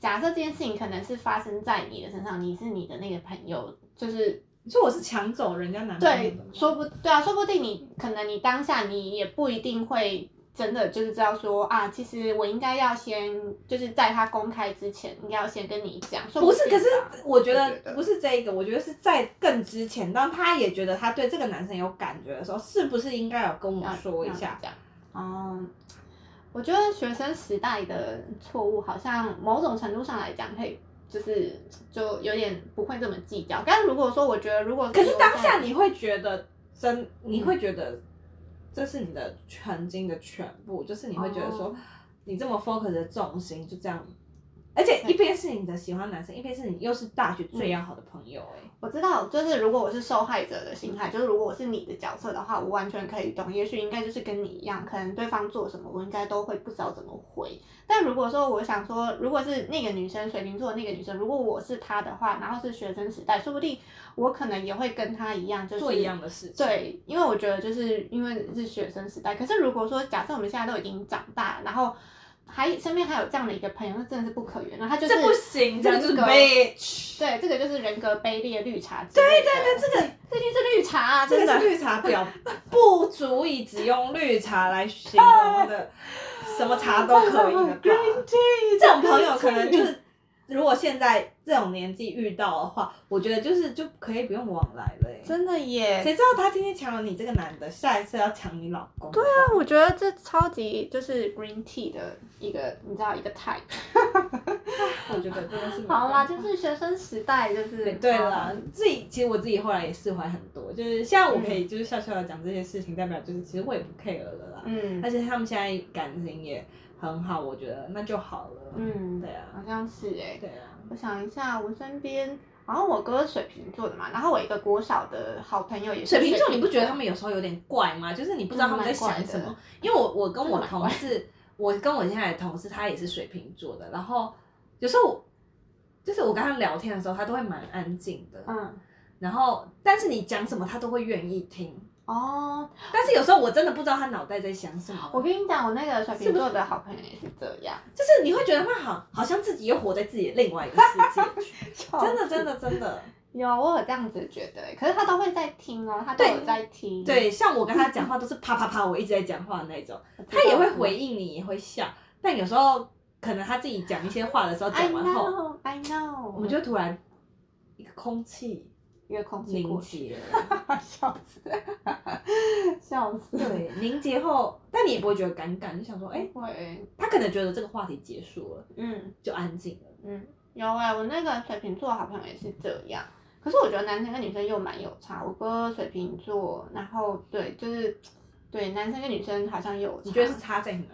假设这件事情可能是发生在你的身上，你是你的那个朋友，就是
你说我是抢走人家男朋友
对
的吗，
说不对啊，说不定你可能你当下你也不一定会真的就是知道说啊，其实我应该要先就是在他公开之前，应该要先跟你讲。说
不是，
定
可是
吧
我觉
我觉
得
得
不是这一个，我觉得是在更之前，当他也觉得他对这个男生有感觉的时候，是不是应该有跟我
要
说一
要
下？
嗯这样。哦、我觉得学生时代的错误，好像某种程度上来讲，可以就是就有点不会这么计较。但如果说，我觉得如果
可是
留
当
在
下你会觉得
嗯
真，你会觉得这是你的曾经的全部，就是你会觉得说
哦，
你这么 focus 的重心就这样，而且一边是你的喜欢男生，一边是你又是大学
嗯
最要好的朋友、欸，
我知道，就是如果我是受害者的心态，就是如果我是你的角色的话，我完全可以懂。也许应该就是跟你一样，可能对方做什么，我应该都会不知道怎么回。但如果说我想说，如果是那个女生水瓶座的那个女生，如果我是她的话，然后是学生时代，说不定我可能也会跟她一样，就是
做一样的事情。，
对，因为我觉得就是因为是学生时代，可是如果说假设我们现在都已经长大，然后还身边还有这样的一个朋友，那真的是不可原谅。他就是
这不行，这个就是
人格
bitch。
对，这个就是人格卑劣绿茶之类的。对对对，
这个
这就是绿茶、啊，
这
真
个
的
是绿茶婊，不足以只用绿茶来形容的， 什么茶都可以的吧？这种朋友可能就是，如果现在这种年纪遇到的话，我觉得就是就可以不用往来了、欸。
真的耶。
谁知道他今天抢了你这个男的，下一次要抢你老公？对啊，
但我觉得这超级就是 green tea 的一个，你知道一个 type。
嗯我觉得真的是没办
好
法
啦，就是学生时代，就是
对对
啊
了，自己其实我自己后来也释怀很多，就是现在我
嗯
可以就是笑笑的讲这些事情，代表就是其实我也不 care 了啦。
嗯
而且他们现在感情也很好，我觉得那就好了。
嗯，
对
好
啊，
像是哎、
对啊，
我想一下，我身边，然后我哥是水瓶座的嘛，然后我一个国小的好朋友也是
水瓶座，
座
你不觉得他们有时候有点怪吗？就是你不知道他们在想什
嗯蛮怪
么。因为我我跟我
真的蛮
同事，我跟我现在的同事，他也是水瓶座的，然后有时候我就是我跟他聊天的时候，他都会蛮安静的，
嗯
然后但是你讲什么，他都会愿意听。
哦，
但是有时候我真的不知道他脑袋在想什么，
我跟你讲，我那个水瓶座的好朋友也是这样，
就是你会觉得他好，好像自己又活在自己的另外一个世界 去真的真的真的。
有啊我有这样子觉得欸，可是他都会在听哦，他都
对
有在听，
对，像我跟他讲话都是啪啪啪，我一直在讲话那种。
我知道，
他也会回应你，也会笑，但有时候可能他自己讲一些话的时候，
嗯。I
讲完后，
know, I know，
我们就突然一个空气
一个空气
凝
过去，
结了，
笑死，笑死，
对，凝结后，但你也不会觉得尴尬，你就想说，哎、
会，
他可能觉得这个话题结束了，
嗯。
就安静了。
嗯，有哎、我那个水瓶座的好朋友也是这样。可是我觉得男生跟女生又蛮有差，我哥水瓶座，然后对，就是对男生跟女生好像有差。
你觉得是差在哪？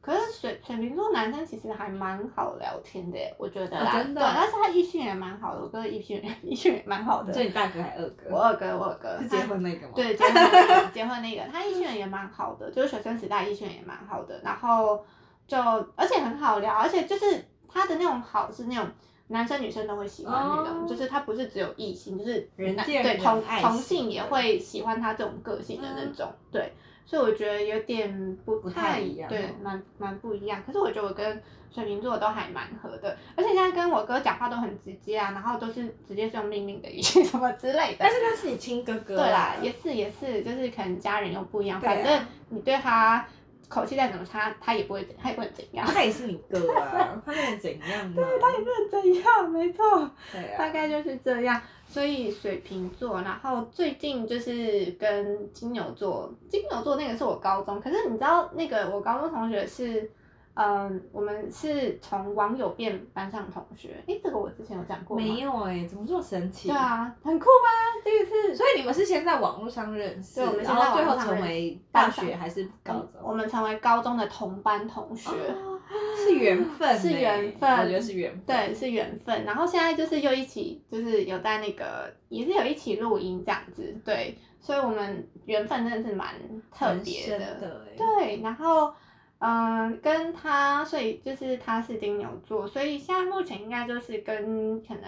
可是水水瓶座男生其实还蛮好聊天的耶，我觉得啦，
哦真的
对，但是他异性也蛮好的，我哥异性异性也蛮好的
所。以你大哥还二哥？
我二哥，我二哥哎
是
他
结婚那个吗？，
对，结婚那个结婚那个，他艺训也蛮好的，就是学生时代艺训也蛮好的，然后就而且很好聊，而且就是他的那种好是那种男生女生都会喜欢那种，
哦
就是他不是只有异性，就是
人
男
见
对
人
同
爱
同
型
性也
的
会喜欢他这种个性的那
嗯
种，对，所以我觉得有点不
不太一
一
样
对
哦，
蛮蛮不一样。可是我觉得我跟水瓶座都还蛮合的，而且现在跟我哥讲话都很直接啊，然后都是直接是用命令的语气什么之类的，
但是那是你亲哥哥。
对啦，也是也是，就是可能家人又不一样，
对啊
反正你对他口气再怎么差，他也不会怎，他也不会怎样，
他也是你哥啊，他能怎样嘛？对，他也
怎样，没错，
对
大
啊。
概就是这样。所以水瓶座，然后最近就是跟金牛座，金牛座那个是我高中，可是你知道那个我高中同学是。嗯，我们是从网友变班上同学。诶，这个我之前有讲过吗？
没有哎、怎么这么神奇？
对啊，很酷吗？这个是
所以你们是先在网络上认识，
对我们先
然
在
后
网
最后
络上
成
认识
为大
班
学
上
还是高中？
我们成为高中的同班同学。
哦是缘分欸，
是缘分
我觉得是缘分。
对，是缘分。然后现在就是又一起，就是有在那个，也是有一起录音这样子，对。所以我们缘分真的是蛮特
蛮
别
深
的，
的欸
对。然后，嗯，跟他，所以就是他是金牛座，所以现在目前应该就是跟可能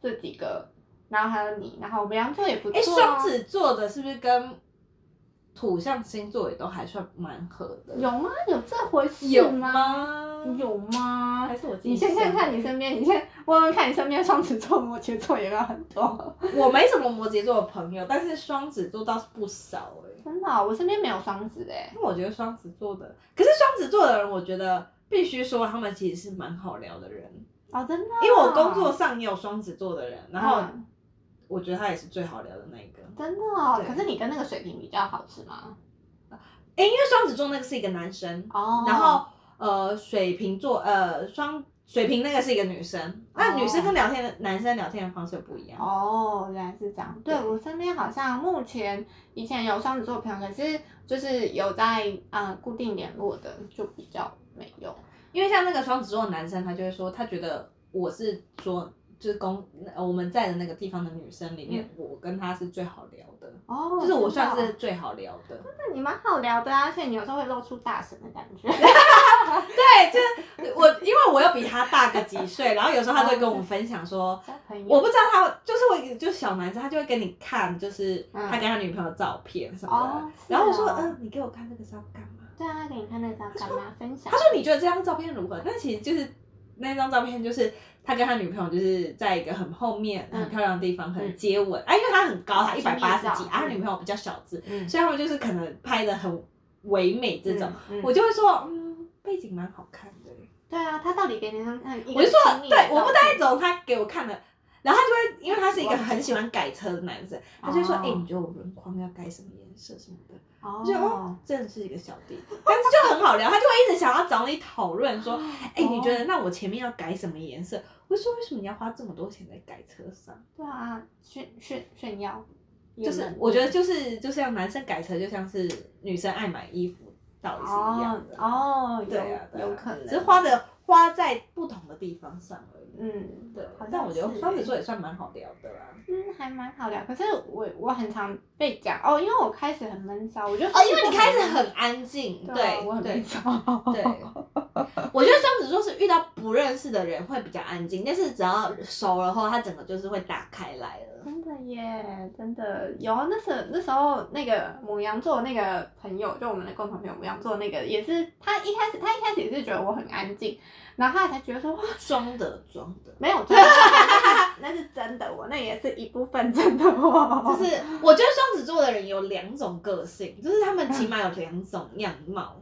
这几个，然后还有你，然后母羊座也不错、
哎，
啊。
双子座的是不是跟土象星座也都还算蛮合的？
有吗？有这回事
有
吗？
吗？
有吗
还？是我自己
你先
想
看看你身边，你先问问看你身边双子座、摩羯座有没有很多？
我没什么摩羯座的朋友，但是双子座倒是不少哎、
真的哦、我身边没有双子哎。
因为我觉得双子座的，可是双子座的人，我觉得必须说他们其实是蛮好聊的人，
哦，真的哦、
因为我工作上也有双子座的人，然后
嗯
我觉得他也是最好聊的那一个。
真的哦，
对
可是你跟那个水瓶比较好是吗？
哎、因为双子座那个是一个男生，
哦，
然后呃水瓶座呃双水瓶那个是一个女生，那、
哦
女生跟聊天的男生聊天的方式不一样。
哦，原来是这样。对
对
我身边好像目前以前有双子座朋友，可是就是有在啊、呃固定联络的就比较没有。
因为像那个双子座的男生，他就会说，他觉得我是说，就是公呃我们在的那个地方的女生里面，我跟他是最好聊的，
嗯哦
就是我算
真的
是
哦
最好聊的。
那你蛮好聊的啊，而且你有时候会露出大神的感 觉。
对，就是我，因为我又比他大个几岁，然后有时候他就会跟我分享说。
交朋友
我不知道他，就是我，就是小男生，他就会给你看，就是他跟他女朋友的照片什么的。
嗯哦是
然后我说，
哦
嗯、你给我看这个是要干嘛？
对啊，给你看那张干嘛分享？
他说你觉得这张照片如何？但其实就是那张照片，就是他跟他女朋友就是在一个很后面、
嗯
很漂亮的地地方，可能接吻。啊，因为他很高，他一
亲
百
密
八十
照
几，啊，他
嗯
女朋友比较小只，
嗯，
所以他们就是可能拍的很唯美这种。
嗯
我就会说，嗯，背景蛮好看的。
对啊，他到底给你那张看？
我就说，对，我不
带。
带走他给我看的。然后他就会，因为他是一个很喜欢改车的男生，他就会说：“
哦
哎、你觉得我轮框要改什么颜色什么的？”
哦
我觉得哦，真的是一个小弟，但是就很好聊，他就会一直想要找你讨
哦
论说，哎、你觉得那我前面要改什么颜色？我就说为什么你要花这么多钱在改车上？
对啊，炫炫炫耀，
就是我觉得就是就像男生改车，就像是女生爱买衣服道理是一
哦
样的。
哦，有
对啊，对啊
有可能，
只是花的花在不同的地方上而已。
嗯，
对
好，
但
像
我觉得
是
双子
欸
座也算蛮好聊的啦。
嗯，还蛮好聊。可是我我很常被讲哦，因为我开始很闷骚，我就
哦，因为你开始很安静，对
对啊，我很
对
闷骚，
对，我觉得双子座是遇到不认识的人会比较安静，但是只要熟了后，他整个就是会打开来了。
真的耶，真的有啊。那时那时候那个母羊座那个朋友，就我们的共同朋友母羊座那个，也是他一开始他一开始也是觉得我很安静，然后他才觉得说哇，
装的装的，
没有真的， 那是真的我，那也是一部分 真的我，
就是我觉得双子座的人有两种个性，就是他们起码有两种样貌。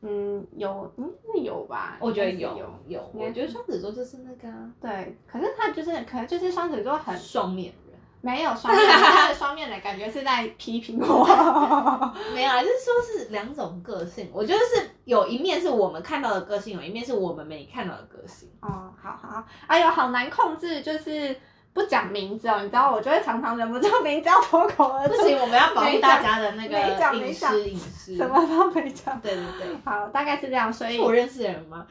嗯有应该有吧，
我觉得
应该
有
是有。
有，
应该
我觉得双子座就是那个啊
对，可是他就是，可能就是双子座很
双面人，
没有双面，他的双面的感觉是在批评 我。
没有啊，就是说是两种个性。我觉得是有一面是我们看到的个性，有一面是我们没看到的个 性。
哦，好好，哎呦，好难控制，就是不讲名字哦，你知道，我就会常常忍不住名字要脱口而
不
出，
行，我们要保护大家的
没
那个
讲
隐
没讲
私隐私。
什么都没讲。
对对对。
好，大概是这样，所以
是 我认识的人吗？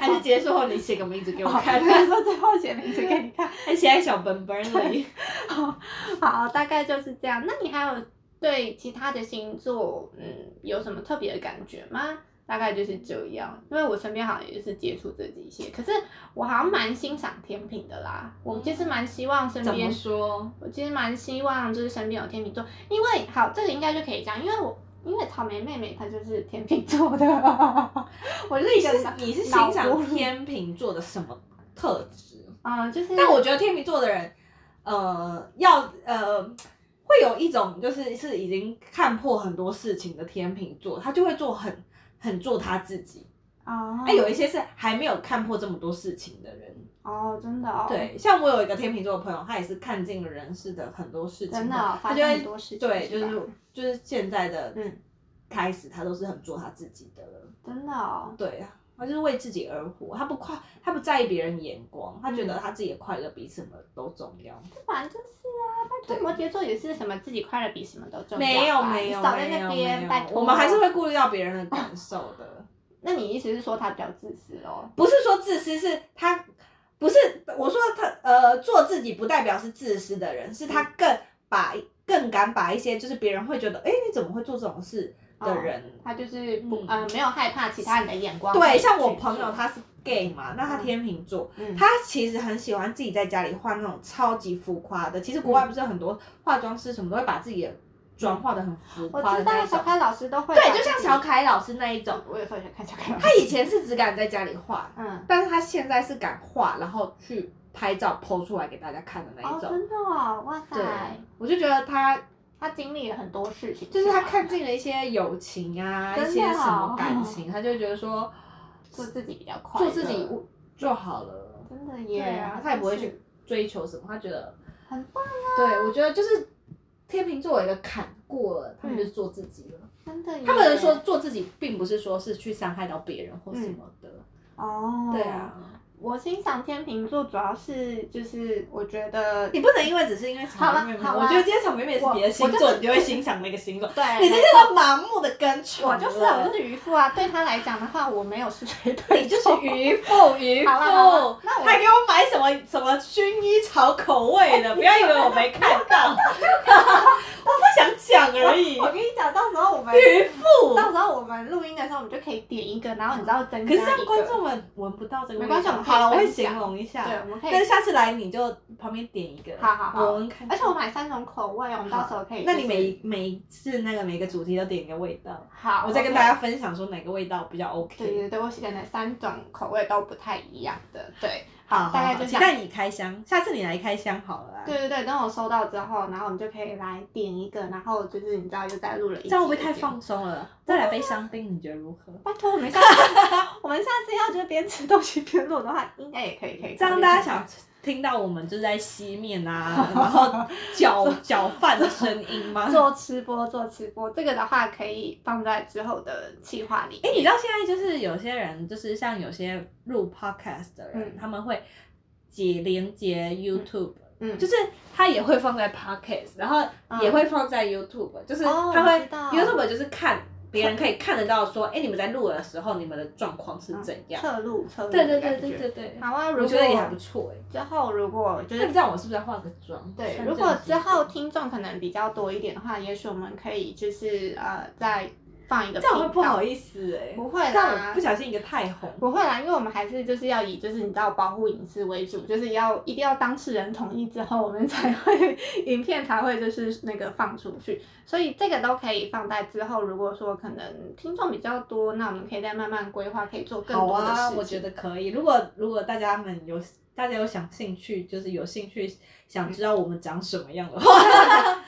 还是结束后你写个名字给我看，
他说最后写名字给你看。
还写在小本本 里？
好，大概就是这样。那你还有对其他的星座，嗯，有什么特别的感觉吗？大概就是这样，因为我身边好像也是接触这几些，可是我好像蛮欣赏天平的啦。我其实蛮希望身
怎
边
么说？
我其实蛮希望就是身边有天秤座，因为好，这个应该就可以讲，因为我因为草莓妹妹她就是天秤座的， 我是
你
一个
是你是欣
脑
赏
补
天秤座的什么特质？
嗯，就是
但我觉得天秤座的人，呃，要呃，会有一种就是是已经看破很多事情的天秤座，他就会做很很做他自己。
哦，
哎，有一些是还没有看破这么多事情的人，
哦，真的哦，，
对，像我有一个天秤座的朋友，他也是看尽了人世的很多事情，
真的哦
他
发
就
生
会
很多事情
对，就是
吧
是就是现在的
嗯
开始，他都是很做他自己的了，
真的哦，
对啊，他就是为自己而活，他不快，他不在意别人眼光，他觉
嗯
得他自己的快乐比什么都重要。
这反正就是啊，拜托
对
摩羯座也是什么自己快乐比什么都重要吧，
没有没
你
有
少在
没
那
有
边，
没
拜
有，
托，
我们还是，会顾虑到别人的感受的，
那你意思是说他比较自私哦咯？
不是说自私，是他不是我说他呃做自己不代表是自私嗯的人，是他更把更敢把一些就是别人会觉得哎你怎么会做这种事的人。
他就是不、
嗯
呃没有害怕其他人的眼光。
对，像我朋友，他是 gay 嘛，那他
嗯
天秤座，
嗯，
他其实很喜欢自己在家里画那种超级浮夸的。其实国外不是很多化妆师什么都会把自己的妆画的很浮
我
夸的
知
那
道
一种
小。凯老师都会把自己，
对，就像小凯老师那一种，
我有时候也看小凯老师，
他以前是只敢在家里画，
嗯，
但是他现在是敢画，然后去拍照 PO 出来给大家看的那
哦，
一种。
真的哦，哇
对
塞，，
我就觉得他
他经历了很多事情，
就是他看
这
尽了一些友情啊，
啊真的
一些什
哦
么 感情，他就觉得说
做自己比较快
做
乐，
自己就好了。
真的
对
耶，
啊，他也不会
就是
去追求什么，他觉得
很棒，啊
对，我觉得就是天秤座有一个坎过了，
嗯
他们就是做自己了。
真的耶，
他们
啊
说做自己，并不是说是去伤害到别人或什么的。
嗯哦，
对。啊，
我欣赏天秤座主要是就是我觉得
你不能因为只是因为
好啦
草莓妹妹，
好啦
我觉得今天草莓妹妹是别的星
我我
座，你就会欣赏那个星座。
对，
你这
没
些都盲目的跟
错我
从了，
就是我就是渔夫啊，对他来讲的话，我没有是谁对，
你就是渔夫，渔夫
好啦好啦，那我
还给我买什么什么薰衣草口味
哎
的，不要以为我没看 到，我不想讲而已。
我跟你讲，到时候我们
渔夫，
到时候我们录音的时候，我们就可以点一个，然后你知道增加
可
一
是
个。
这样观众们闻不到这个味道。
没关系我们可以
好了，我
分
会
享
形容一下。
对，我们可以
但。是下次来你就旁边点一个，
好好好
我闻看看。
而且我买三种口味，我们到时候可以、
那你每一每一次那个每个主题都点一个味道，
好，
我再跟
OK
大家。分享说哪个味道比较 OK。
对对对，我选的三种口味都不太一样的，对。
好，
大概
好
就
期
这样
待你开箱，下次你来开箱好了啦。
对对对，等我收到之后，然后我们就可以来点一个，然后就是你知道又再录了一集。
这样会不会太？放松了？再来杯香槟，你觉得如何？
拜托，我们下次 我们下次要就是边吃东西边录的话，应该也可以可以。
这样大家想听到我们就是在吸 面啊，然后搅搅饭的声音吗？
做吃播做吃播，这个的话可以放在之后的企划里
哎、
面。
你知道现在就是有些人，就是像有些录 podcast 的人，
嗯
他们会解连接 YouTube，、
嗯，
就是他也会放在 podcast，然后也会放在 YouTube，、就是
哦
他
我
会、
知道
YouTube 就是看别人可以看得到说，哎、你们在录的时候你们的状况是怎样？
侧录侧录。
对对对对对。对，
好啊，如果
我觉得也还不错哎、
之后如果就
那
是
这样我是不是要化个妆？
对，
穿
如果
正式
之后
服
听众可能比较多一点的话，也许我们可以就是呃再放一个
这样我会
频
不
道
好意思哎、
不会啦
这样我不小心一个太红。
不会啦，因为我们还是就是要以就是你知道保护隐私为主，就是要一定要当事人同意之后，我们才会影片才会就是那个放出去，所以这个都可以放在之后。如果说可能听众比较多，那我们可以再慢慢规划，可以做更
好
多的事情。
啊，我觉得 可以。如果如果大家们有大家有想兴趣，就是有兴趣想知道我们长什么样的话，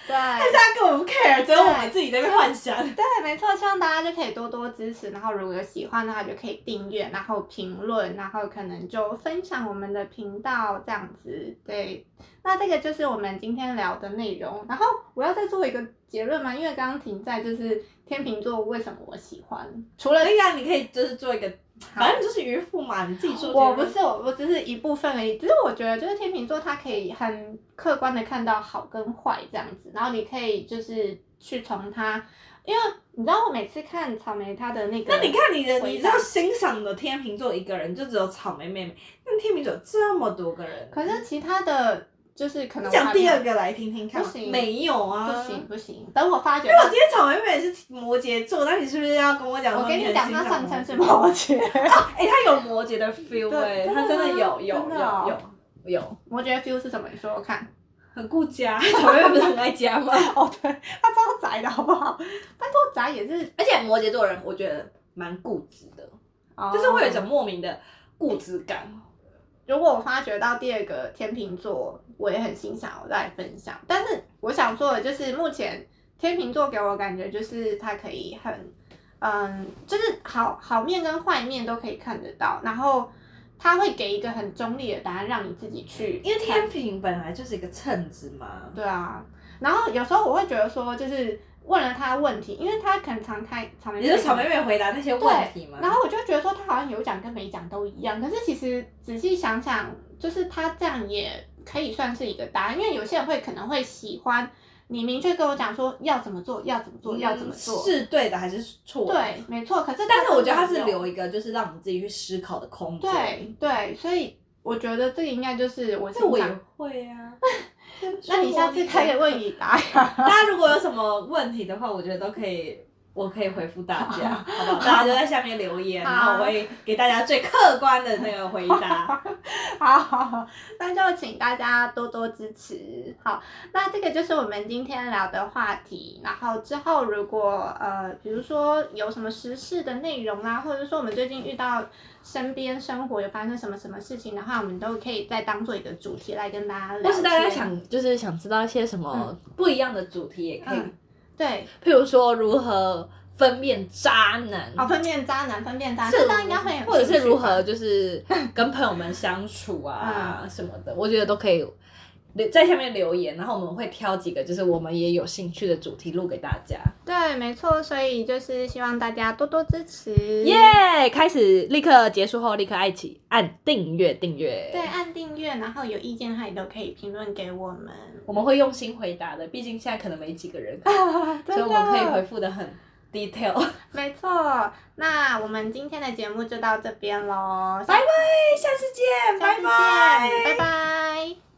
对。
大家根本不 care，只有我们自己在那边幻想。
对，没错，希望大家就可以多多支持，然后如果有喜欢的话，就可以订阅，然后评论，然后可能就分享我们的频道这样子。对，那这个就是我们今天聊的内容。然后我要再做一个结论嘛，因为刚刚停在就是天秤座为什么我喜欢，除了
那个你可以就是做一个，
好
反正你就是渔夫嘛，你自己说。
我不是我，我只是一部分而已。只是我觉得，就是天秤座，他可以很客观的看到好跟坏这样子，然后你可以就是去从他，因为你知道我每次看草莓他的那个，
那你看你的，你
回
知
答
道欣赏的天秤座一个人就只有草莓妹妹，那天秤座有这么多个人，
可是其他的就是可能我
讲
还
第
没有
二个来听听看
不行，
没有啊，
不行。不行，等我发觉
因为我今天草莓妹妹是摩羯座，那你是不是要跟我讲？
我跟你讲，他上
层
身是 摩羯，
哎、他有摩羯的 feel 哎、
对
他真的啊
真的吗
有有
真的哦
有有，
摩羯 feel 是什么？你说我看。
很顾家，小妹妹不是很爱家吗？
哦，对，他超宅的好不 好？他超宅也是，
而且摩羯座人我觉得蛮固执的，
就
就是会有一种莫名的固执感。
如果我发觉到第二个天秤座，我也很欣赏，我再来分享。但是我想说的就是，目前天秤座给我感觉就是他可以很，嗯，就是好好面跟坏面都可以看得到，然后他会给一个很中立的答案，让你自己去看。
因为天平本来就是一个秤子嘛，
对啊，然后有时候我会觉得说，就是问了他问题，因为他可能常开常
你说草莓妹妹回答那些问题嘛，
然后我就觉得说他好像有讲跟没讲都一样，可是其实仔细想想，就是他这样也可以算是一个答案，因为有些人会可能会喜欢你明确跟我讲说要怎么做，要怎么做，要怎么做。
嗯是对的还是错？
对，，没错。可是
但是我觉得他
没
是
有
留一个就是让你自己去思考的空间。，
对对，所以我觉得这个应该就是我
这
欣
我也
赏。
会 啊。
那你下次可以问以答呀。
大家如果有什么问题的话，我觉得都可以。
我可以回复大 家，好不好？大家就在下面留言，然后我会给大家最客观的那个回答。
好好好， 那就请大家多多支持。好，那这个就是我们今天聊的话题。然后之后如果呃，比如说有什么时事的内容啦、或者说我们最近遇到身边生活有发生什么什么事情的话，我们都可以再当做一个主题来跟大家聊天。
或是大家想就是想知道一些什么不一样的主题，也可以，
嗯对，
譬如说如何分辨渣男，
哦，分辨渣男，分辨渣男，
嗯是
这大家应该会有
或者是
兴趣
如
吧
何 就是跟朋友们相处
嗯
啊什么的，我觉得都可以留在下面留言，然后我们会挑几个就是我们也有兴趣的主题录给大家。
对，没错，所以就是希望大家多多支持，
耶、开始立刻结束后立刻爱起按订阅订阅，
对，按订阅，然后有意见的话也都可以评论给我们，
我们会用心回答的，毕竟现在可能没几个人，
啊
所
所
以我们可以回复的很 detail。
没错，那我们今天的节目就到这边喽，
拜拜，下次见，
下次
拜
见，
拜。
拜拜